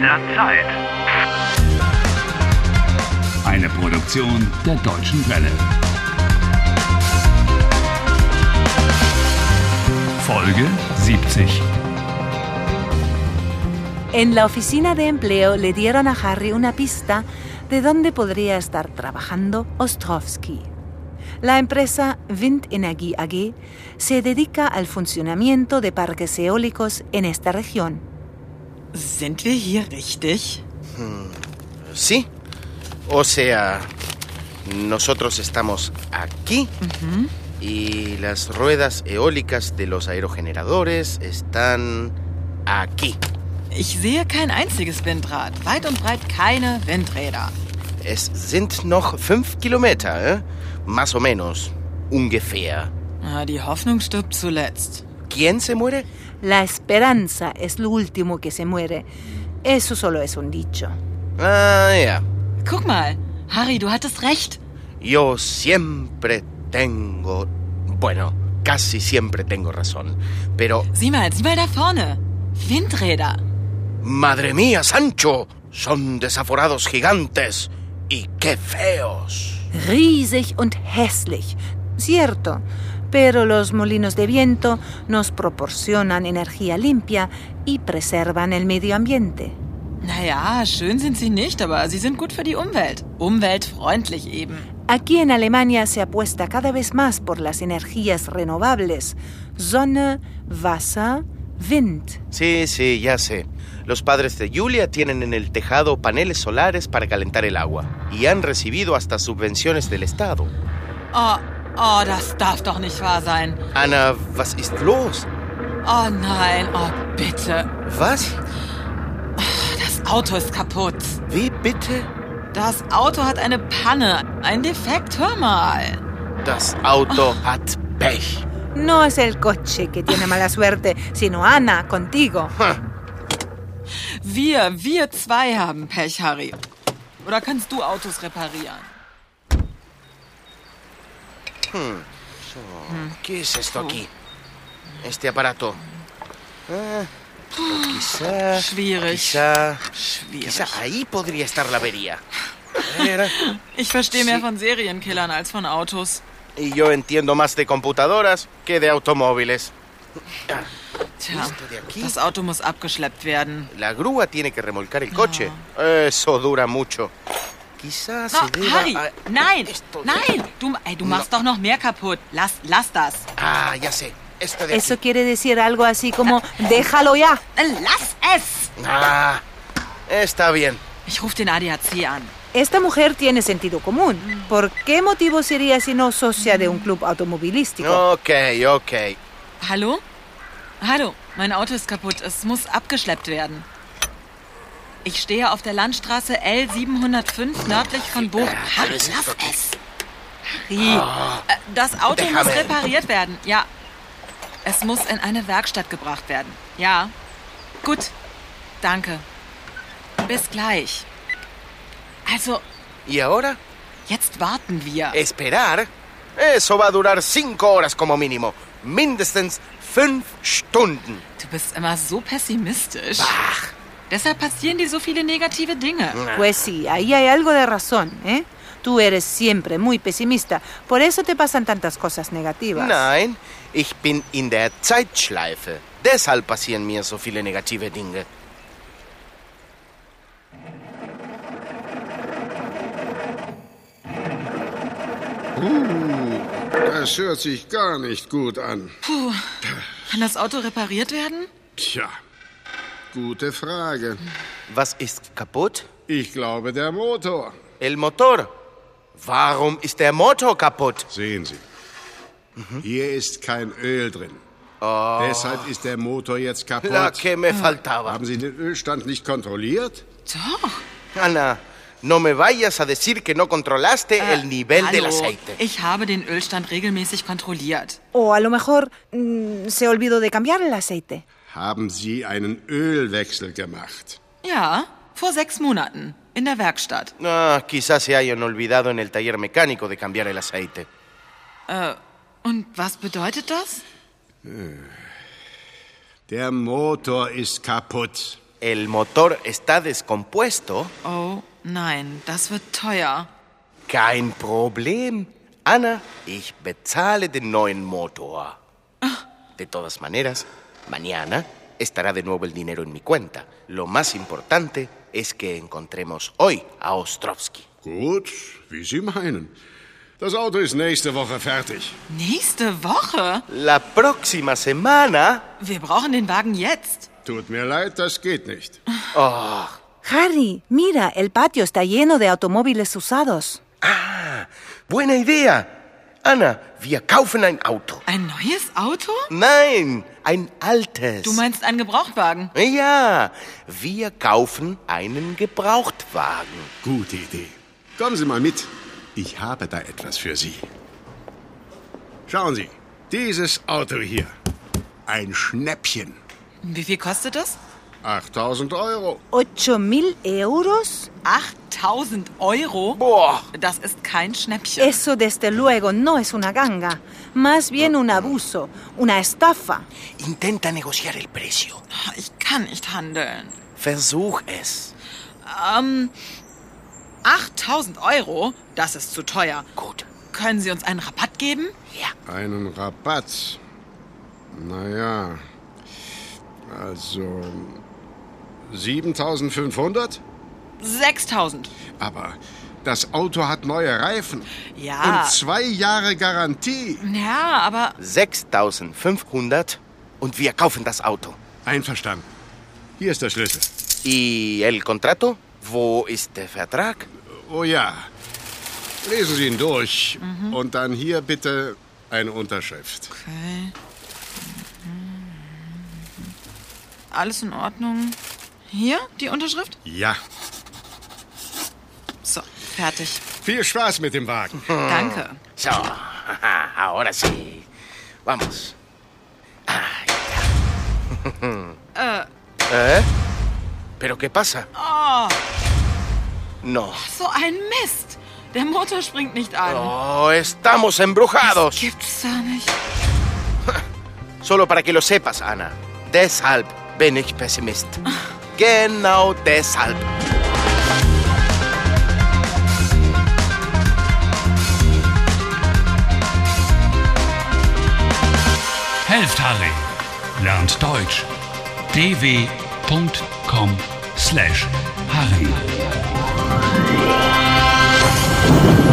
der Zeit. Eine Produktion der Deutschen Welle. Folge 70. En la oficina de empleo le dieron a Harry una pista de dónde podría estar trabajando Ostrovsky. La empresa Windenergie AG se dedica al funcionamiento de parques eólicos en esta región. Sind wir hier richtig? Sí. O sea, nosotros estamos aquí y las ruedas eólicas de los aerogeneradores están aquí. Ich sehe kein einziges Windrad. Weit und breit keine Windräder. Es sind noch fünf Kilometer, ¿eh? Más o menos. Ungefähr. Ah, die Hoffnung stirbt zuletzt. ¿Quién se muere? La esperanza es lo último que se muere. Eso solo es un dicho. Ah, ya. Guck mal, Harry, du hattest recht. Yo siempre tengo... Bueno, casi siempre tengo razón. Pero, Sieh mal, sieh mal da vorne. Windräder. madre mía, Sancho, son desaforados gigantes. Y qué feos. Riesig und hässlich, cierto, pero los molinos de viento nos proporcionan energía limpia y preservan el medio ambiente. Naja, schön sind sie nicht, aber sie sind gut für die Umwelt. Umweltfreundlich eben. Aquí en Alemania se apuesta cada vez más por las energías renovables, Sonne, Wasser, Wind. Sí, sí, ya sé. Los padres de Julia tienen en el tejado paneles solares para calentar el agua y han recibido hasta subvenciones del Estado. Oh, oh, das darf doch nicht wahr sein. Ana, was ist los? Oh nein, oh bitte. Was? Das Auto ist kaputt. Wie bitte? Das Auto hat eine Panne. Ein Defekt, hör mal. Das Auto hat Pech. No es el coche que tiene mala suerte, sino Ana contigo. Wir, wir zwei haben Pech, Harry. Oder kannst du Autos reparieren? ¿Qué es esto aquí? Este aparato. Ah, o quizá. Schwierig. Quizá. Schwierig. Quizá ahí podría estar la avería. A ver, Ich verstehe mehr von Serienkillern als von Autos. y yo entiendo más de computadoras que de automóviles. Tja, Bist du der Kiel? das Auto muss abgeschleppt werden. La grúa tiene que remolcar el coche. Eso dura mucho. Quizás Oh, se deba Harry, a- nein, esto de- nein, du, ey, du machst doch noch mehr kaputt. Lass, lass das. Ah, ya sé. Esto de Eso quiere decir algo así como déjalo ya. Äh, Lass es! aquí. Ah, está bien. Ich rufe den ADAC an. Esta mujer tiene sentido común. ¿Por qué motivo sería si no socia de un club automovilístico? Ok, ok. Hallo? Hallo, mein Auto ist kaputt. Es muss abgeschleppt werden. Ich stehe auf der Landstraße L705 nördlich von Bochum. Harry, das Äh, ist lass doch- es! Harry, äh, das Auto Der muss Hammer. repariert werden. Ja. Es muss in eine Werkstatt gebracht werden. Ja. Gut. Danke. Bis gleich. Also, ¿Y ahora? jetzt warten wir. Äh. Esperar. Eso va a durar cinco horas como mínimo. Mindestens fünf Stunden. Du bist immer so pessimistisch. Deshalb passieren dir so viele negative Dinge. Hm. Pues sí, ahí hay algo de razón, ¿eh? Tú eres siempre muy pesimista, por eso te pasan tantas cosas negativas. Nein, ich bin in der Zeitschleife. Deshalb passieren mir so viele negative Dinge. Das hört sich gar nicht gut an. Kann das Auto repariert werden? Tja, gute Frage. Was ist kaputt? Ich glaube, der Motor. El motor. Warum ist der Motor kaputt? Sehen Sie, hier ist kein Öl drin. Deshalb ist der Motor jetzt La kaputt. que me faltaba. Haben Sie den Ölstand nicht kontrolliert? Doch. Ana, no me vayas a decir que no controlaste el nivel Äh, Hallo. del aceite. Ich habe den Ölstand regelmäßig kontrolliert. O a lo mejor mm, se olvidó de cambiar el aceite. Haben Sie einen Ölwechsel gemacht? Ja, vor sechs Monaten. In der Werkstatt. Ah, quizás se hayan olvidado en el taller mecánico de cambiar el aceite. Und was bedeutet das? Der Motor ist kaputt. el motor está descompuesto, Oh nein, das wird teuer. kein Problem. Anna, ich bezahle den neuen Motor. De todas maneras, mañana estará de nuevo el dinero en mi cuenta. Lo más importante es que encontremos hoy a Ostrovsky. Gut, wie Sie meinen. Das Auto ist nächste Woche fertig. Nächste Woche? La próxima semana... Wir brauchen den Wagen jetzt. Tut mir leid, das geht nicht. Harry, mira, el patio está lleno de automóviles usados. Buena idea. Anna, wir kaufen ein Auto. Ein neues Auto? Nein, ein altes. Du meinst einen Gebrauchtwagen? Ja, wir kaufen einen Gebrauchtwagen. Gute Idee. Kommen Sie mal mit. Ich habe da etwas für Sie. Schauen Sie, dieses Auto hier. Ein Schnäppchen. Wie viel kostet das? 8000 Euro. ¿Ocho mil euros? 8000 Euro? Boah. Das ist kein Schnäppchen. Eso desde luego no es una ganga, más bien un abuso, una estafa. Intenta negociar el precio. Ich kann nicht handeln. Versuch es. 8000 Euro? Das ist zu teuer. Gut. Können Sie uns einen Rabatt geben? Einen Rabatt. Naja. Also. 7500? 6000. Aber das Auto hat neue Reifen. Ja. Und zwei Jahre Garantie. Hm. Ja, aber 6500 und wir kaufen das Auto. Einverstanden. Hier ist der Schlüssel. ¿Y el contrato? Wo ist der Vertrag? Oh ja. Lesen Sie ihn durch. Und dann hier bitte eine Unterschrift. Okay. Hm. Alles in Ordnung. Hier die Unterschrift? Ja. So, fertig. Viel Spaß mit dem Wagen. Ah. Danke. So, haha, ahora sí. Vamos. Ahí está. ¿Eh? ¿Pero qué pasa? No. So ein Mist. Der Motor springt nicht an. Oh, estamos embrujados. Gibt's da nicht. Solo para que lo sepas, Ana. Deshalb bin ich Pessimist. Genau deshalb. Helft Harry. Lernt Deutsch. dw.com/harry.